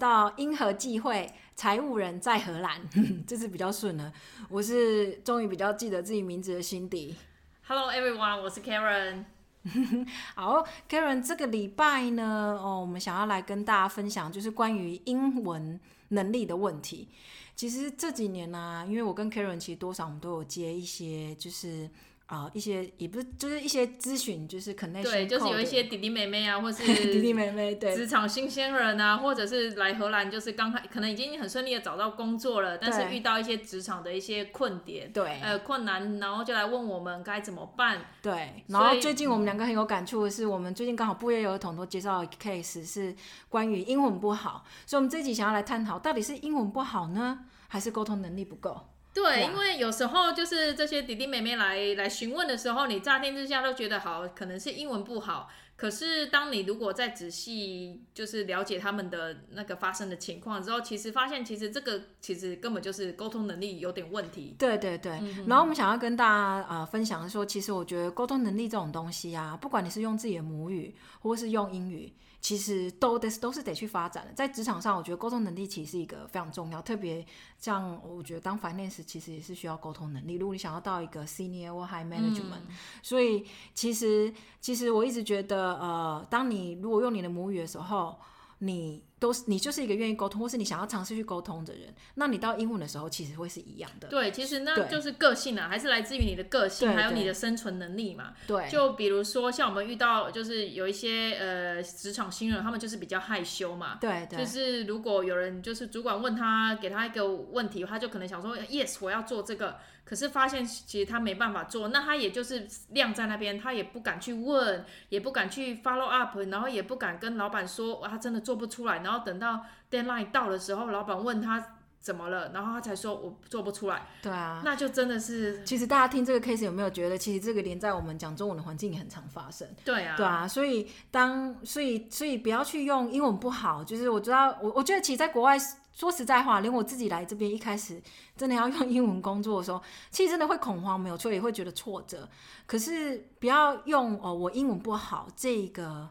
叫因何际会，财务人在荷兰， 这次比较顺了。我是终于比较记得自己名字的辛迪。 Hello everyone，我是 Karen。好，Karen，这个礼拜呢，哦，我们想要来跟大家分享，就是关于英文能力的问题。其实这几年呢、因为我跟 Karen 其实多少我们都有接一些，就是呃一些也不是就是一些咨询，就是 connection，对，就是有一 code 些弟弟妹妹啊，或是 弟弟妹妹，对，职场新鲜人啊，或者是来荷兰就是刚开，可能已经很顺利的找到工作了，但是对遇到一些职场的一些困点，对呃困难，然后就来问我们该怎么办。对，所然后以嗯最近我们两个很有感触的是，我们最近刚好不约而同都介绍了一个 case 是关于英文不好，所以我们这一集想要来探讨，到底是英文不好呢，还是沟通能力不够？对对，啊因为有时候就是这些弟弟妹妹来来询问的时候，你乍听之下都觉得好，可能是英文不好。可是当你如果再仔细就是了解他们的那个发生的情况之后，其实发现其实这个其实根本就是沟通能力有点问题。对对对，然后我们想要跟大家呃分享说，其实我觉得沟通能力这种东西啊，不管你是用自己的母语或是用英语，其实都得都是得去发展的。在职场上，我觉得沟通能力其实是一个非常重要，特别像我觉得当 finance 其实也是需要沟通能力。如果你想要到一个 senior 或 high management，、所以其实其实我一直觉得呃，当你如果用你的母语的时候。你都是你就是一个愿意沟通，或是你想要尝试去沟通的人，那你到英文的时候其实会是一样的。对，其实那对就是个性啊，还是来自于你的个性，嗯对还有你对的生存能力嘛。对，就比如说像我们遇到，就是有一些呃职场新人，他们就是比较害羞嘛，对就对是如果有人就是主管问他，给他一个问题，他就可能想说 yes 我要做这个，可是发现其实他没办法做，那他也就是晾在那边，他也不敢去问，也不敢去 follow up，然后也不敢跟老板说哇他真的做不出来，然后等到 deadline 到的时候，老板问他。怎么了？然后他才说我做不出来，对啊。那就真的是其实大家听这个 case 有没有觉得，其实这个连在我们讲中文的环境也很常发生，对啊，对啊。所以当所以所以不要去用英文不好，就是我知道我我觉得其实在国外说实在话，连我自己来这边一开始真的要用英文工作的时候，其实真的会恐慌，没有错，也会觉得挫折。可是不要用哦，我英文不好这一个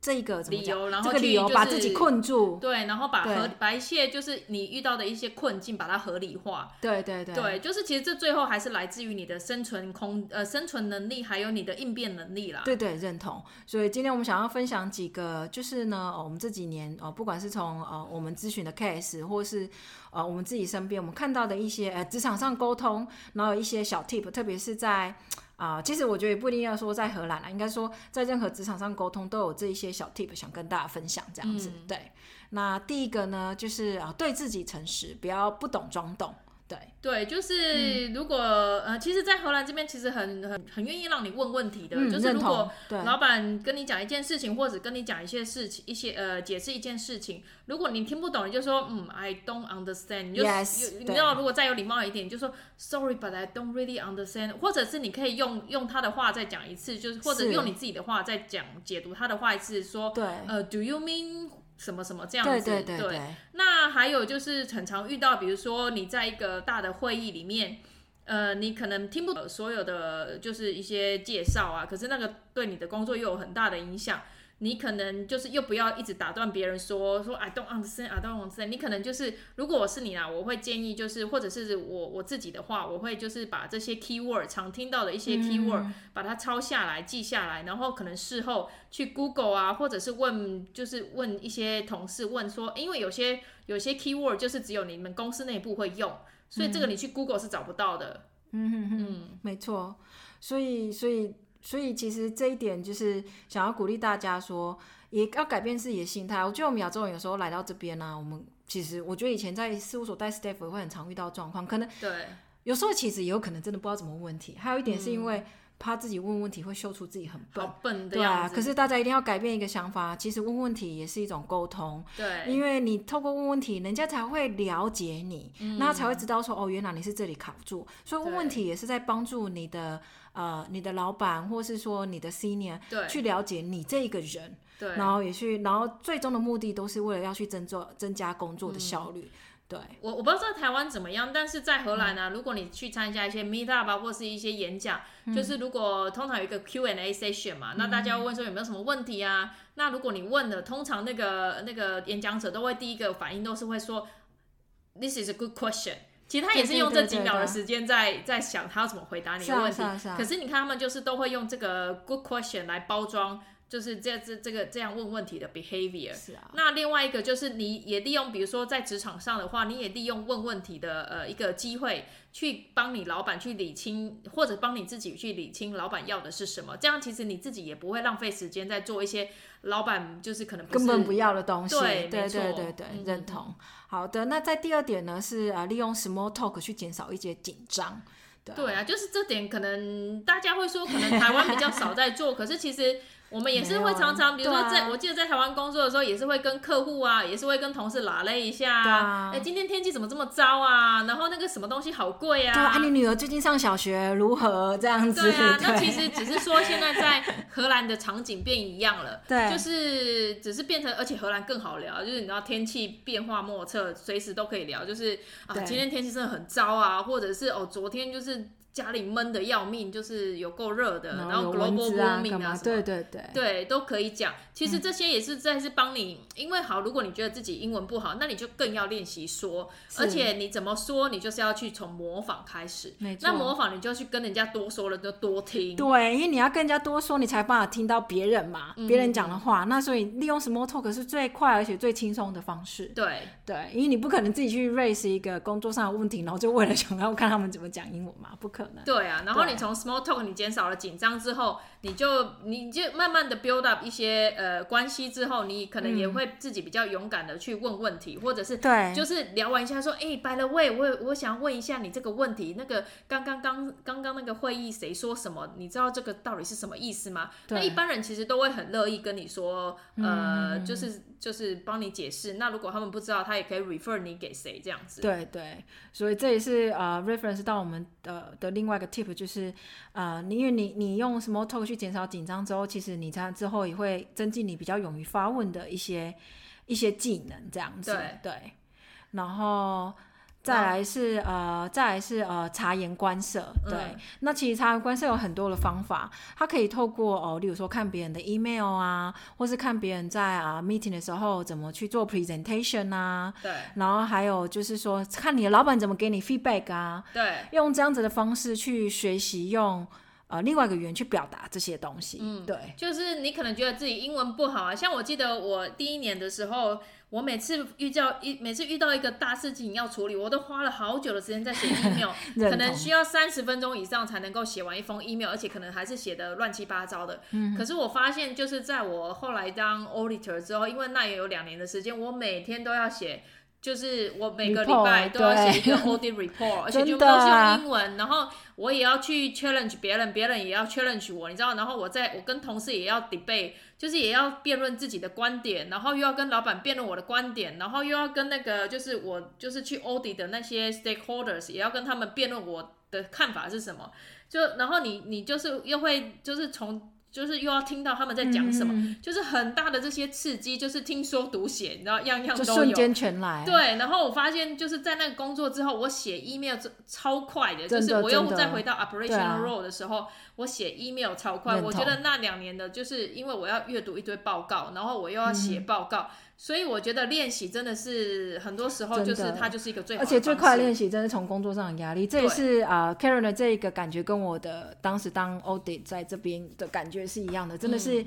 这一个怎么理讲？由，然这后个去理由就是把自己困住，对，然后把对合把一些就是你遇到的一些困境，把它合理化。对对对对，就是其实这最后还是来自于你的生存空呃生存能力，还有你的应变能力啦。对对，认同。所以今天我们想要分享几个，就是呢，呃我们这几年呃，不管是从呃我们咨询的 case，或是呃我们自己身边我们看到的一些呃职场上沟通，然后有一些小 tip，特别是在啊、其实我觉得也不一定要说在荷兰啦，应该说在任何职场上沟通都有这一些小 tip 想跟大家分享这样子。嗯对，那第一个呢，就是啊、呃对自己诚实，不要不懂装懂。对对，嗯就是如果、呃，其实，在荷兰这边其实很很很愿意让你问问题的，嗯，就是认如同果。对老板跟你讲一件事情，或者跟你讲一些事情，一些呃解释一件事情，如果你听不懂，你就说嗯，I don't understand，你就 Yes，有你对知道，如果再有礼貌一点，你就说 Sorry，but I don't really understand，或者是你可以用用他的话再讲一次，就是或者是用你自己的话再讲解读他的话一次，说对呃，Do you mean 什么什么这样对子？对对对，那还有就是很常遇到，比如说你在一个大的会议里面，呃，你可能听不懂所有的就是一些介绍啊，可是那个对你的工作又有很大的影响。你可能就是又不要一直打断别人说说 I don't understand I don't understand，你可能就是如果我是你啦，我会建议就是或者是我我自己的话，我会就是把这些 keyword 常听到的一些 keyword、把它抄下来记下来，然后可能事后去 Google 啊，或者是问，就是问一些同事问说，因为有些有些 keyword 就是只有你们公司内部会用，所以这个嗯你去 Google 是找不到的。嗯没错，所以所以所以其实这一点就是想要鼓励大家说，也要改变自己的心态。我觉得我们亚洲人有时候来到这边呢、啊我们其实我觉得以前在事务所带嗯 staff 也会很常遇到状况，可能对有时候其实也有可能真的不知道怎么问问题，还有一点是因为怕自己问问题会秀出自己很笨。好笨哦的对啊，样子。可是大家一定要改变一个想法，其实问问题也是一种沟通。对因为你透过问问题，人家才会了解你，嗯那、才会知道说哦，原来你是这里卡住。所以问问题也是在帮助你的呃你的老板，或是说你的 senior 对去了解你这个人，对嗯然后也去，然后最终的目的都是为了要去增做增加工作的效率。对，我我不知道在台湾怎么样，但是在荷兰呢、啊，如果你去参加一些 meet up 啊，或是一些演讲，就是嗯如果通常有一个 Q&A session 嘛，那大家会问说有没有什么问题啊？那如果你问了，通常那个那个演讲者都会第一个反应都是会说，This is a good question。其实他也是用这几秒的时间在在想他要怎么回答你是的啊问题是。啊是啊可，是你看他们就是都会用这个 good question 来包装，就是这这这个这样问问题的 behavior。是啊，那另外一个就是，你也利用，比如说在职场上的话，你也利用问问题的呃一个机会，去帮你老板去理清，或者帮你自己去理清老板要的是什么。这样其实你自己也不会浪费时间在做一些老板就是可能不是根本不要的东西。对对对没错对对对嗯嗯认同。好的，那在第二点呢是啊，利用 small talk 去减少一些紧张。对啊对啊，就是这点可能大家会说，可能台湾比较少在做，可是其实我们也是会常常，比没如有啊说在、对啊我记得在台湾工作的时候，也是会跟客户啊，也是会跟同事拉了一下对啊哎、今天天气怎么这么糟啊？然后那个什么东西好贵对啊，你女儿最近上小学如何？这样子。对啊，那对其实只是说现在在荷兰的场景变一样了，对就是只是变成，而且荷兰更好聊，就是你知道天气变化莫测，随时都可以聊，就是啊，对今天天气真的很糟啊，或者是哦，昨天就是家里闷的要命，就是有够热的，然有后蚊 global 子啊，干 warming 嘛？什么对嗯对对。对，都可以讲。其实这些也是在是帮你，因为好，如果你觉得自己英文不好，那你就更要练习说，是而且你怎么说，你就是要去从模仿开始。没错那模仿你就去跟人家多说了，就多听。对，因为你要跟人家多说，你才有办法听到别人嘛，嗯别人讲的话。那所以利用 small talk 是最快而且最轻松的方式。对啊对，因为你不可能自己去 raise 一个工作上的问题，然后就为了想要看他们怎么讲英文嘛，不可能。对啊，然后对你从 small talk 你减少了紧张之后，你就你就慢慢的 build up 一些呃关系之后，你可能也会自己比较勇敢的去问问题，或者是嗯对，就是聊完一下说，哎、b y the way，我有我想问一下你这个问题，那个刚刚刚刚刚那个会议谁说什么？你知道这个到底是什么意思吗？对那一般人其实都会很乐意跟你说，呃，嗯就是就是帮你解释。那如果他们不知道，他也可以 refer 你给谁这样子。对对，所以这也是呃 reference 到我们的的另外一个 tip，就是呃，你因为你你用 small talk 去减少紧张之后，其实你在之后也会增进你比较勇于发问的一些一些技能，这样子。对然后。再来是呃，再来是呃，察言观色。对，嗯那其实察言观色有很多的方法，它可以透过哦，例如说看别人的 email 啊，或是看别人在啊 meeting 的时候怎么去做 presentation 啊，对然后还有就是说，看你的老板怎么给你 feedback 啊，对用这样子的方式去学习用呃另外一个语言去表达这些东西。嗯对，就是你可能觉得自己英文不好啊，像我记得我第一年的时候，我每次遇到一每次遇到一个大事情要处理，我都花了好久的时间在写 email，认可能同需要三十分钟以上才能够写完一封 email，而且可能还是写的乱七八糟的。嗯，可是我发现就是在我后来当 auditor 之后，因为那也有两年的时间，我每天都要写。就是我每个礼 Report，拜都要写一个 audit report，而且全部都是用英文，然后我也要去 challenge 别人，别人也要 challenge 我，你知道？然后我在我跟同事也要 debate，就是也要辩论自己的观点，然后又要跟老板辩论我的观点，然后又要跟那个就是我就是去 audit 的那些 stakeholders 也要跟他们辩论我的看法是什么。就然后你你就是又会就是从就是又要听到他们在讲什么，就是很大的这些刺激，就是听说读写，你知道样样就都瞬有。间全来。对，然后我发现就是在那个工作之后，我写 email 超超快的，就真的是我又真的再回到对 operational 啊 role 的时候，我写 email 超快。认我同觉得那两年的，就是因为我要阅读一堆报告，然后我又要嗯写报告，所以我觉得练习真的是很多时候真就的是它就是一个最好而的且最快的方式练习真的是从工作上的压力，这也对是啊、呃 Karen 的这个感觉跟我的当时当 audit 在这边的感觉是一样的，真的嗯是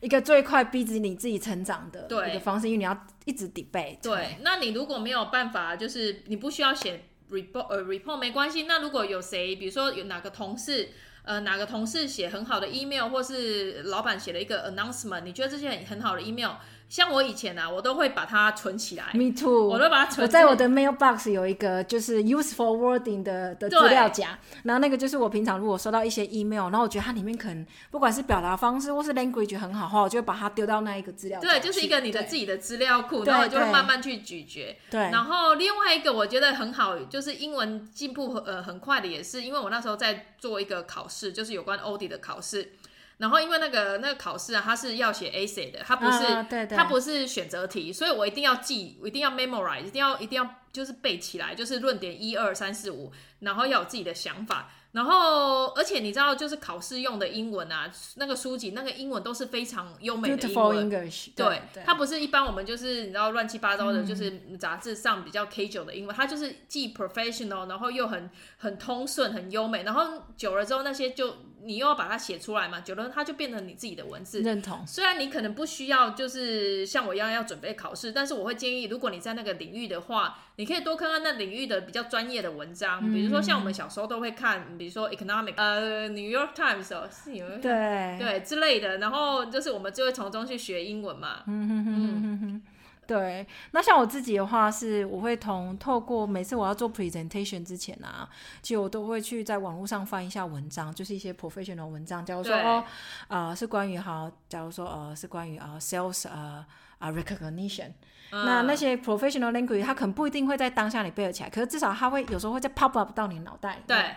一个最快逼着你自己成长的对一个方式，因为你要一直 debate。对，那你如果没有办法，就是你不需要写 report，呃，report 没关系。那如果有谁，比如说有哪个同事，呃，哪个同事写很好的 email，或是老板写了一个 announcement，你觉得这些很很好的 email，像我以前啊，我都会把它存起来， ，Me too。我都把它我存在我的 mailbox 有一个就是 useful wording 的的对资料夹，然后那个就是我平常如果收到一些 email，然后我觉得它里面可能不管是表达方式或是 language 很好的话，我就会把它丢到那一个资料夹去。对，就是一个你的自己的资料库，对然后你就会对慢慢去咀嚼。对然后另外一个我觉得很好，就是英文进步很呃很快的，也是因为我那时候在做一个考试，就是有关 OD 的考试。然后因为那个那个考试啊，它是要写 essay 的，它不是、啊对对它不是选择题，所以我一定要记，我一定要 memorize，一定要一定要就是背起来，就是论点一二三四五，然后要有自己的想法。然后，而且你知道，就是考试用的英文啊，那个书籍那个英文都是非常优美的英 Beautiful 文。 English，对，对，它不是一般我们就是你知道乱七八糟的，就是杂志上比较 K 九的英文，它就是既 professional，然后又很很通顺、很优美，然后久了之后那些就你又要把它写出来嘛，久了它就变成你自己的文字。认同。虽然你可能不需要就是像我一样要准备考试，但是我会建议，如果你在那个领域的话，你可以多看看那领域的比较专业的文章，比如说像我们小时候都会看，比如说 economic，呃，New York Times 哦，是 New York 对，对之类的，然后就是我们就会从中去学英文嘛。嗯哼哼哼哼哼。对，那像我自己的话是，我会同透过每次我要做 presentation 之前啊，其实我都会去在网络上翻一下文章，就是一些 professional 文章。假如说对哦，呃，是关于好，假如说呃是关于呃 sales 呃啊 recognition，、那嗯那些 professional language 它可能不一定会在当下你背得起来，可是至少它会有时候会再 pop up 到你脑袋里面。对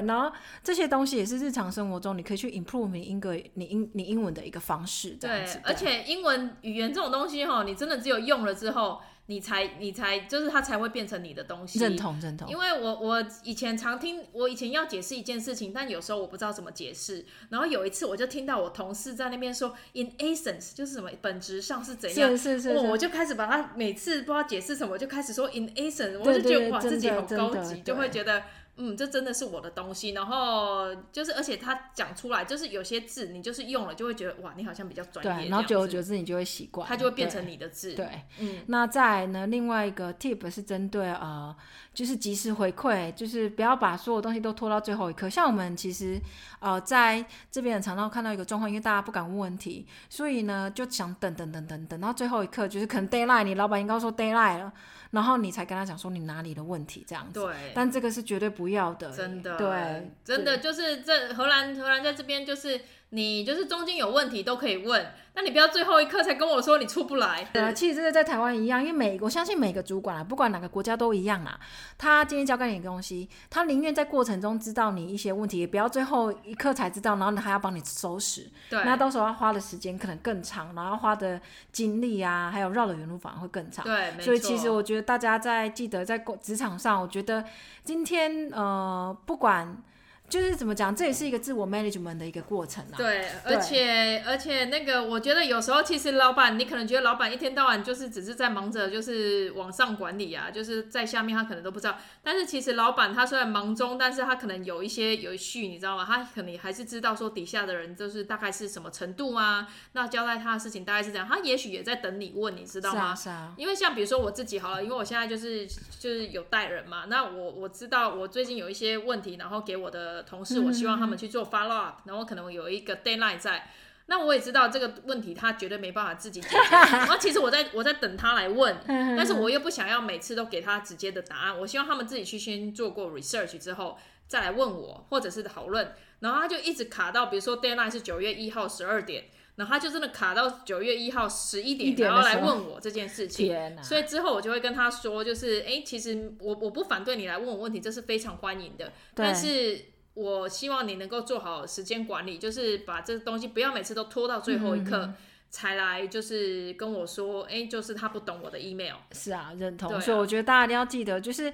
对，然后这些东西也是日常生活中你可以去 improve 你英格你英你英文的一个方式，这样对子。，而且英文语言这种东西哈，你真的只有用了之后，你才你才就是它才会变成你的东西。认同认同。因为我我以前常听，我以前要解释一件事情，但有时候我不知道怎么解释。然后有一次我就听到我同事在那边说 “in essence” 就是什么本质上是怎样。是是是我是哦我就开始把它每次不知道解释什么，我就开始说 in essence，我对就觉对得哇真自己的好真高的级，对就会觉得嗯这真的是我的东西。然后就是而且他讲出来，就是有些字你就是用了就会觉得哇你好像比较专业，对，然后久而这样久之你就会习子惯，它就会变对成你的字。对。嗯，那再来呢，另外一个 tip 是针对呃，就是及时回馈，就是不要把所有东西都拖到最后一刻。像我们其实呃在这边很常常看到一个状况，因为大家不敢问问题，所以呢就想等等等等等到最后一刻，就是可能 d a y l i g h t 你老板应该说 d a y l i g h t 了，然后你才跟他讲说你哪里的问题这样子。对。但这个是绝对不要的，真的，对，真的就是这荷兰，荷兰在这边就是你就是中间有问题都可以问，那你不要最后一刻才跟我说你出不来。对啊，其实这个在台湾一样，因为每我相信每个主管啊，不管哪个国家都一样啦。他今天交给你的东西，他宁愿在过程中知道你一些问题，也不要最后一刻才知道，然后你还要帮你收拾。对，那到时候要花的时间可能更长，然后花的精力啊，还有绕的原路反而会更长。对，没错。所以其实我觉得大家在记得在工职场上，我觉得今天呃，不管就是怎么讲，这也是一个自我 management 的一个过程啊。对，对而且呃而且那个，我觉得有时候其实老板，你可能觉得老板一天到晚就是只是在忙着就是往上管理啊，就是在下面他可能都不知道。但是其实老板他虽然忙中，但是他可能有一些有序，你知道吗？他可能还是知道说底下的人就是大概是什么程度啊，那交代他的事情大概是这样。他也许也在等你问，你知道是吗啊，？是啊，因为像比如说我自己好了，因为我现在就是就是有带人嘛，那我我知道我最近有一些问题，然后给我的同嗯事，我希望他们去做 follow up，然后可能有一个 deadline 在。那我也知道这个问题，他绝对没办法自己 解决。然后其实我在我在等他来问，嗯但是我又不想要每次都给他直接的答案，我希望他们自己去先做过 research 之后再来问我，或者是讨论。然后他就一直卡到，比如说 deadline 是九月一号十二点，然后他就真的卡到九月一号十一一点，点然的后来时候问我这件事情。天哪！所以之后我就会跟他说，就是哎、诶其实我我不反对你来问我问题，这是非常欢迎的，对但是我希望你能够做好时间管理，就是把这东西不要每次都拖到最后一刻。嗯才来就是跟我说，哎、就是他不懂我的 email，是啊，认同。对啊所以我觉得大家一定要记得，就是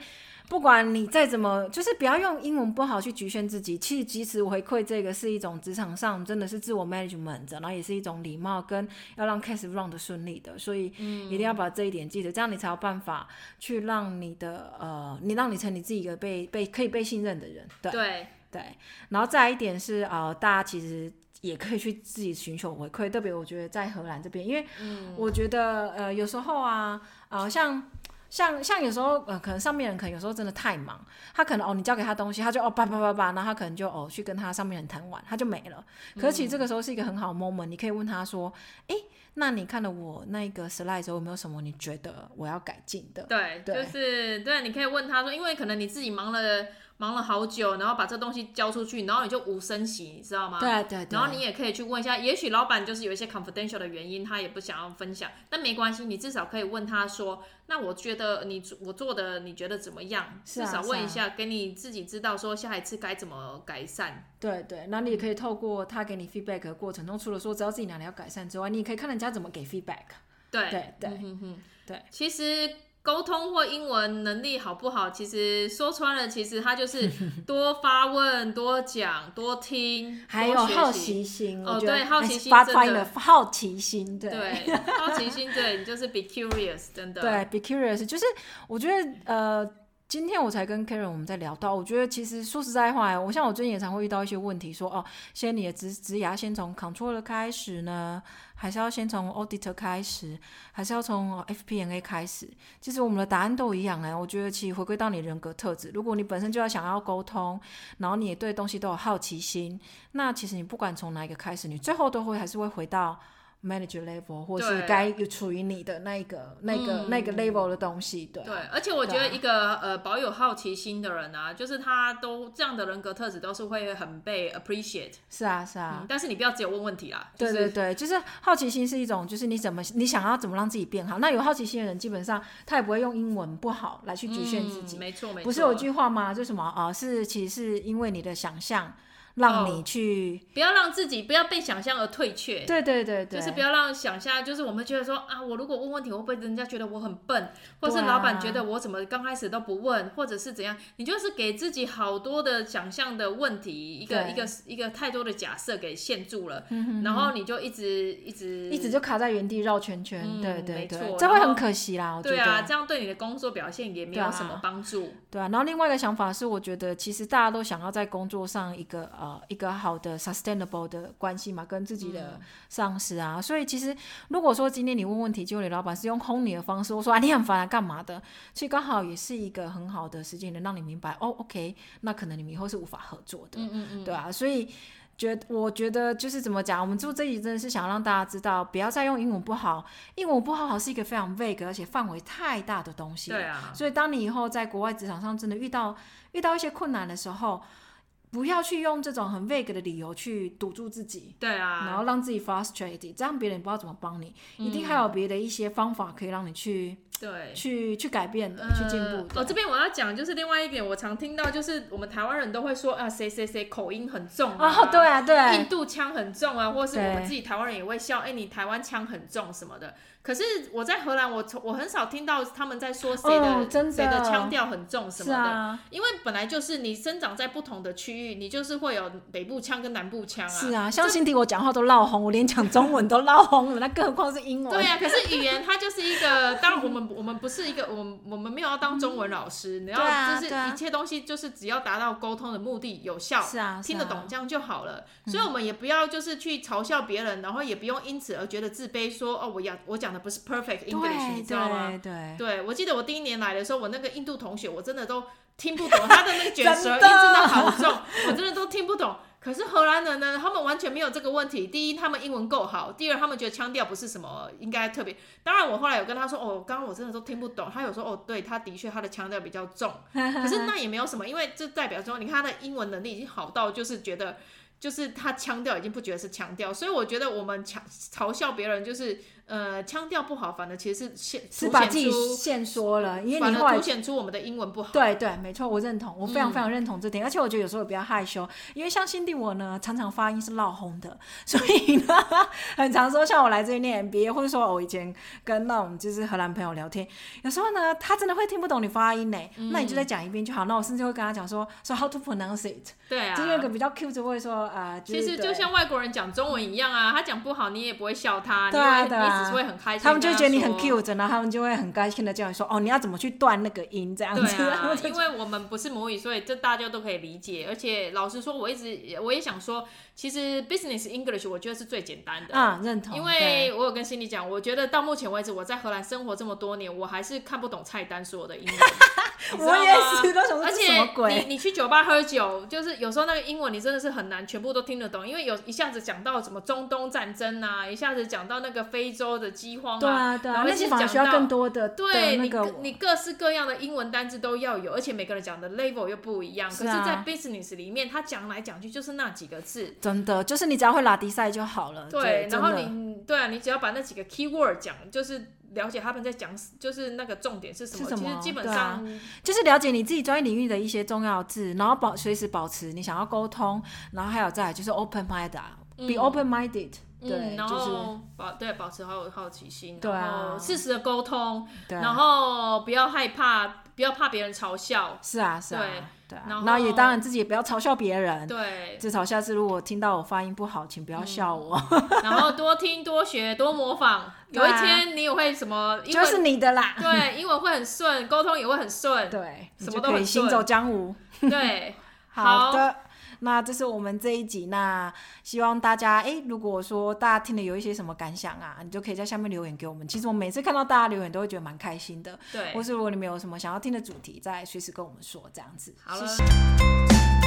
不管你再怎么，就是不要用英文不好去局限自己。其实及时回馈这个是一种职场上真的是自我 management，的然后也是一种礼貌，跟要让 case run 的顺利的。所以一嗯定要把这一点记得，这样你才有办法去让你的呃，你让你成你自己一个被被可以被信任的人。对对对，然后再来一点是呃，大家其实也可以去自己寻求回馈，特别我觉得在荷兰这边，因为嗯我觉得呃有时候啊，呃像。像像有时候呃，可能上面人可能有时候真的太忙，他可能哦，你交给他东西，他就哦叭叭叭叭，然后他可能就哦去跟他上面人谈完，他就没了。可是其实嗯这个时候是一个很好的 moment，、你可以问他说，诶，那你看了我那个 slide 的时候，有没有什么你觉得我要改进的？对，对就是对，你可以问他说，因为可能你自己忙了忙了好久，然后把这东西交出去，然后你就无声息，你知道吗？对啊对对。啊然后你也可以去问一下，也许老板就是有一些 confidential 的原因，他也不想要分享，但没关系，你至少可以问他说，那我觉得你我做的你觉得怎么样？是啊至少问一是下，给你自己知道说下一次该怎么改善。对对，那你也可以透过他给你 feedback 的过程中，除了说知道自己哪里要改善之外，你也可以看人家怎么给 feedback。对对对嗯哼哼对，其实沟通或英文能力好不好，其实说穿了，其实他就是 多发问、多讲、多听，还多有学好习奇心，哦我觉得对好哎奇心发真发音的的好奇心，对对，好奇心，对你就是 be curious，真的。对，be curious，就是我觉得呃，今天我才跟 Karen 我们在聊到，我觉得其实说实在话，我像我最近也常会遇到一些问题，说哦，先你的职职涯先从 controller 开始呢，还是要先从 auditor 开始，还是要从呃 FP&A 开始？其实我们的答案都一样哎，我觉得其实回归到你人格特质，如果你本身就要想要沟通，然后你也对东西都有好奇心，那其实你不管从哪一个开始，你最后都会还是会回到 manager level，或是对该处于你的那一个、那个、那个 level 的东西，对啊、嗯对，而且我觉对得啊一个、呃保有好奇心的人啊，就是他都这样的人格特质都是会很被 appreciate、是啊，是啊。嗯。但是你不要只有问问题啦，就对对是对，就是好奇心是一种，就是你怎么你想要怎么让自己变好。那有好奇心的人，基本上他也不会用英文不好来去局限自己嗯、。没错没错，不是有句话吗？就什么啊、呃是其实是因为你的想象让你去，不要让自己不要被想象而退却。对对对对，哦就是不要让想象，就是我们觉得说啊，我如果问问题，会不会人家觉得我很笨，或对是啊老板觉得我怎么刚开始都不问，或者是怎样？你就是给自己好多的想象的问题，一个对嗯一个一个太多的假设给限住了，然后你就一直一直一直就卡在原地绕圈圈。嗯对没对对错，这会然后很可惜啦，我哦觉得。对啊，这样对你的工作表现也没对有啊什么帮助。对啊，然后另外一个想法是，我觉得其实大家都想要在工作上一个呃一个好的 sustainable 的关系嘛，跟自己嗯的上司啊，所以其实如果说今天你问问题，结果你老板是用轰你的方式，我说啊你很烦啊干嘛的，所以刚好也是一个很好的时间能让你明白哦，OK，那可能你们以后是无法合作的，嗯嗯嗯，对啊，所以觉我觉得就是怎么讲，我们做这一集真的是想让大家知道，不要再用英文不好，英文不好好是一个非常 vague 而且范围太大的东西了对啊，所以，当你以后在国外职场上真的遇到遇到一些困难的时候，不要去用这种很 vague 的理由去堵住自己，对然啊，嗯后让自己 frustrated，这样别人也不知道怎么帮你。一定还有别的一些方法可以让你去对。去去改变的，去进步呃。的。哦，这边我要讲就是另外一点，我常听到就是我们台湾人都会说啊，谁谁谁口音很重哦，对啊，印对，度腔很重啊，或是我们对自己台湾人也会笑，哎、你台湾腔很重什么的。可是我在荷兰，我从我很少听到他们在说谁哦真的谁、的腔调很重什是么的。啊，因为本来就是你生长在不同的区域，你就是会有北部腔跟南部腔啊。是啊，像辛迪我讲话都闹红，我连讲中文都闹红了，那更何况是英文？对呀、啊可是语言它就是一 个，当然我们我们不是一个，我们我们没有要当中文 老师，你要对啊就是对啊一切东西就是只要达到沟通的目的有效，是啊，嗯听得懂这样就好了。所以我们也不要就是去嘲笑别人，然后也不用因此而觉得自卑说，哦，我讲我讲的不是 perfect 是 English，啊。你对知道吗？对对，对，我记得我第一年来的时候，我那个印度同学，我真的都听不懂他的那个卷舌 音真的真的好重，我真的都听不懂。可是荷兰人呢，他们完全没有这个问题。第一，他们英文够好；第二，他们觉得腔调不是什么应该特别。当然，我后来有跟他说，哦，刚刚我真的都听不懂。他有说，哦，对，他的确他的腔调比较重，可是那也没有什么，因为这代表说，你看他的英文能力已经好到就是觉得。就是他腔调已经不觉得是腔调，所以我觉得我们嘲嘲笑别人就是呃腔调不好，反而其实是现是凸把显自己出限缩了，因为反你后来而凸显出我们的英文不好。对对，没错，我认同，我非常非常嗯认同这点，而且我觉得有时候也比较害羞，因为像辛迪我呢，常常发音是闹哄的，所以呢，很常说像我来这边念 MBA，或者说我以前跟那种就是荷兰朋友聊天，有时候呢，他真的会听不懂你发音呢，嗯那你就再讲一遍就好。那我甚至会跟他讲说说 how to pronounce it，对啊，就用一个比较 cute 的会说啊，呃其实对就像外国人讲中文一样啊，他讲不好你也不会笑他，对啊你对会啊你只会很开心，他们就会觉得你很。cute，然后他们就会很开心的叫你说哦，你要怎么去断那个音这样子，对然后啊，就因为我们不是母语，所以这大家都可以理解。而且老实说，我一直我也想说，其实 business English 我觉得是最简单的。 啊认同，因对为我有跟心里讲，我觉得到目前为止，我在荷兰生活这么多年，我还是看不懂菜单所有的 英文。你知道我也吗是，都想说而这什么鬼且。你你去酒吧喝酒，就是有时候那个英文你真的是很难全部都听得懂，因为有一下子讲到什么中东战争啊，一下子讲到那个非洲的饥荒对啊，啊，对然啊，后那一些直反而讲需要到更多的的那对个你各你各式各样的英文单字都要有，而且每个人讲的 level 又不一样。是可啊是，在 business 里面，他讲来讲去就是那几个字。真的就是你只要会拉迪赛就好了。对，然后呃真的你对啊，你只要把那几个 keyword 讲，就是了解他们在讲，就是那个重点是什么。是什么其实基本对啊上，就是了解你自己专业领域的一些重要字，然后保随时保持你想要沟通，然后还有再来就是 open minded，be 嗯 open minded，对，然就是后保对保持好有好奇心，对啊然后适时的沟通，对啊，然后不要害怕，不要怕别人嘲笑，是啊是啊，对啊，然后然后也当然自己也不要嘲笑别人，对，嗯至少下次如果听到我发音不好，请不要笑我，然后多听多学多模仿， 对有一啊天你也会什么英 就文、是你的 啦，对英文会很顺，沟通也会很顺，对，你什么就可都以很行顺走江湖。对，好好的，那这是我们这一集。那希望大家，诶，如果说大家听了有一些什么感想啊，你就可以在下面留言给我们。其实我每次看到大家留言，都会觉得蛮开心的。对或，是如果你们有什么想要听的主题，再随时跟我们说，这样子。好谢了谢。